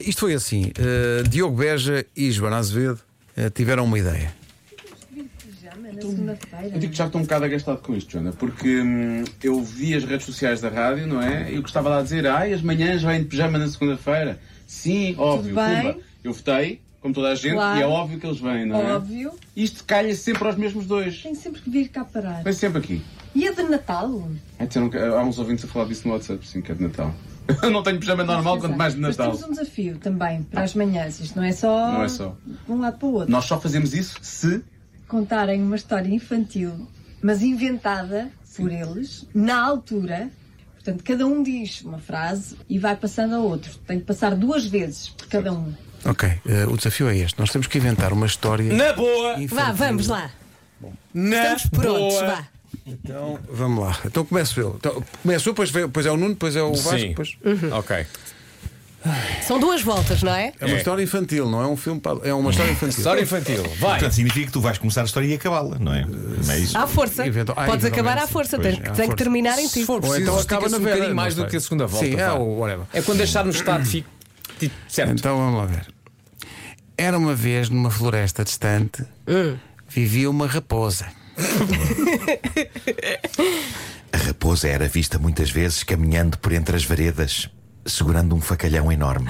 Isto foi assim: eh, Diogo Beja e Joana Azevedo eh, tiveram uma ideia. Então, Eu digo que já estou um bocado agastado com isto, Joana, porque hum, eu vi as redes sociais da rádio, não é? E o que estava lá a dizer, ai, as manhãs vai de pijama na segunda-feira. Sim, óbvio, bem. pumba. Eu votei, como toda a gente, Claro. e é óbvio que eles vêm, não é? Óbvio. Isto calha sempre aos mesmos dois. Tenho sempre que vir cá parar. Vem sempre aqui. E a de Natal? Ai, disseram que- há uns ouvintes a falar disso no WhatsApp, sim, que é de Natal. Eu não tenho pijama normal, quanto mais de Mas Natal. temos um desafio também para as manhãs. Isto não é só, Não é só. de um lado para o outro. Nós só fazemos isso se Contarem uma história infantil, mas inventada por eles, na altura. Portanto, cada um diz uma frase e vai passando a outro. Tem que passar duas vezes por cada um. Ok, eh, o desafio é este: nós temos que inventar uma história. Na boa! infantil. Vá, vamos lá. Na É, Estamos prontos, boa. vá. Então vamos lá. Então começo eu. Então, começo eu, depois, vem- depois é o Nuno, depois é o Vasco. Sim. Depois... Ok. São duas voltas, não é? É uma É. história infantil, não é um filme. para- É uma história infantil. História infantil. Vai. Portanto, significa que tu vais começar a história e acabá-la, não é? Não é isso? À força. Eventu- ah, Podes acabar à eventualmente, força. pois, Tem, à tem força. que terminar em ti. Se for Ou preciso, então acaba estica-se na um vera, bocadinho mais não do sei. que a segunda volta. Sim, é vá. o whatever. É quando deixar no estado fico. ti- Certo. Então vamos lá ver. Era uma vez numa floresta distante, Hum. vivia uma raposa. A raposa era vista muitas vezes caminhando por entre as varedas, segurando um facalhão enorme.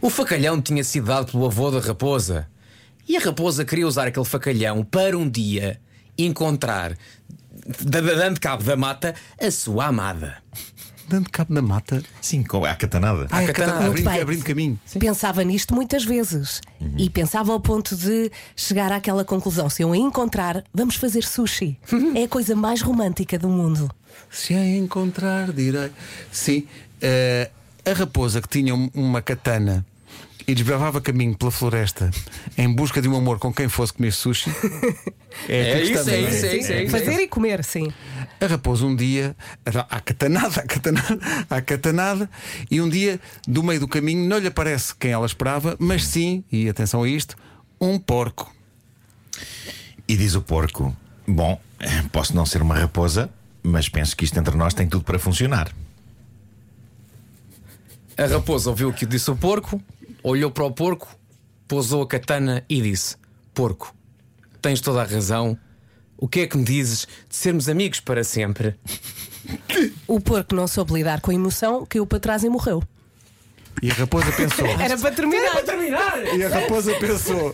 O facalhão tinha sido dado pelo avô da raposa. E a raposa queria usar aquele facalhão para um dia encontrar, da- da- dando cabo da mata, a sua amada. Dando cabo da mata. Sim, com a catanada. Ah, é catanada. catanada, Muito abrindo, bem. abrindo caminho. Pensava nisto muitas vezes e pensava ao ponto de chegar àquela conclusão: se eu a encontrar, vamos fazer sushi. é a coisa mais romântica do mundo. Se a encontrar, direi. Sim, eh, a raposa que tinha um- uma katana e desbravava caminho pela floresta em busca de um amor com quem fosse comer sushi. É, aqui que isso, estamos, é não isso, é isso, é isso. Fazer e comer, sim. A raposa um dia, à catanada, à catanada, à catanada, e um dia, do meio do caminho, não lhe aparece quem ela esperava, mas sim, e atenção a isto, um porco. E diz o porco: Bom, posso não ser uma raposa, mas penso que isto entre nós tem tudo para funcionar. A raposa ouviu o que disse o porco, olhou para o porco, pousou a katana e disse: Porco, tens toda a razão. O que é que me dizes de sermos amigos para sempre? O porco não soube lidar com a emoção, caiu para trás e morreu. E a raposa pensou. Era para terminar. E a raposa pensou: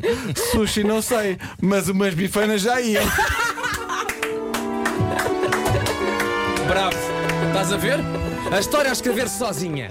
sushi não sei, mas umas bifanas já iam. Bravo! Estás a ver? A história a escrever sozinha.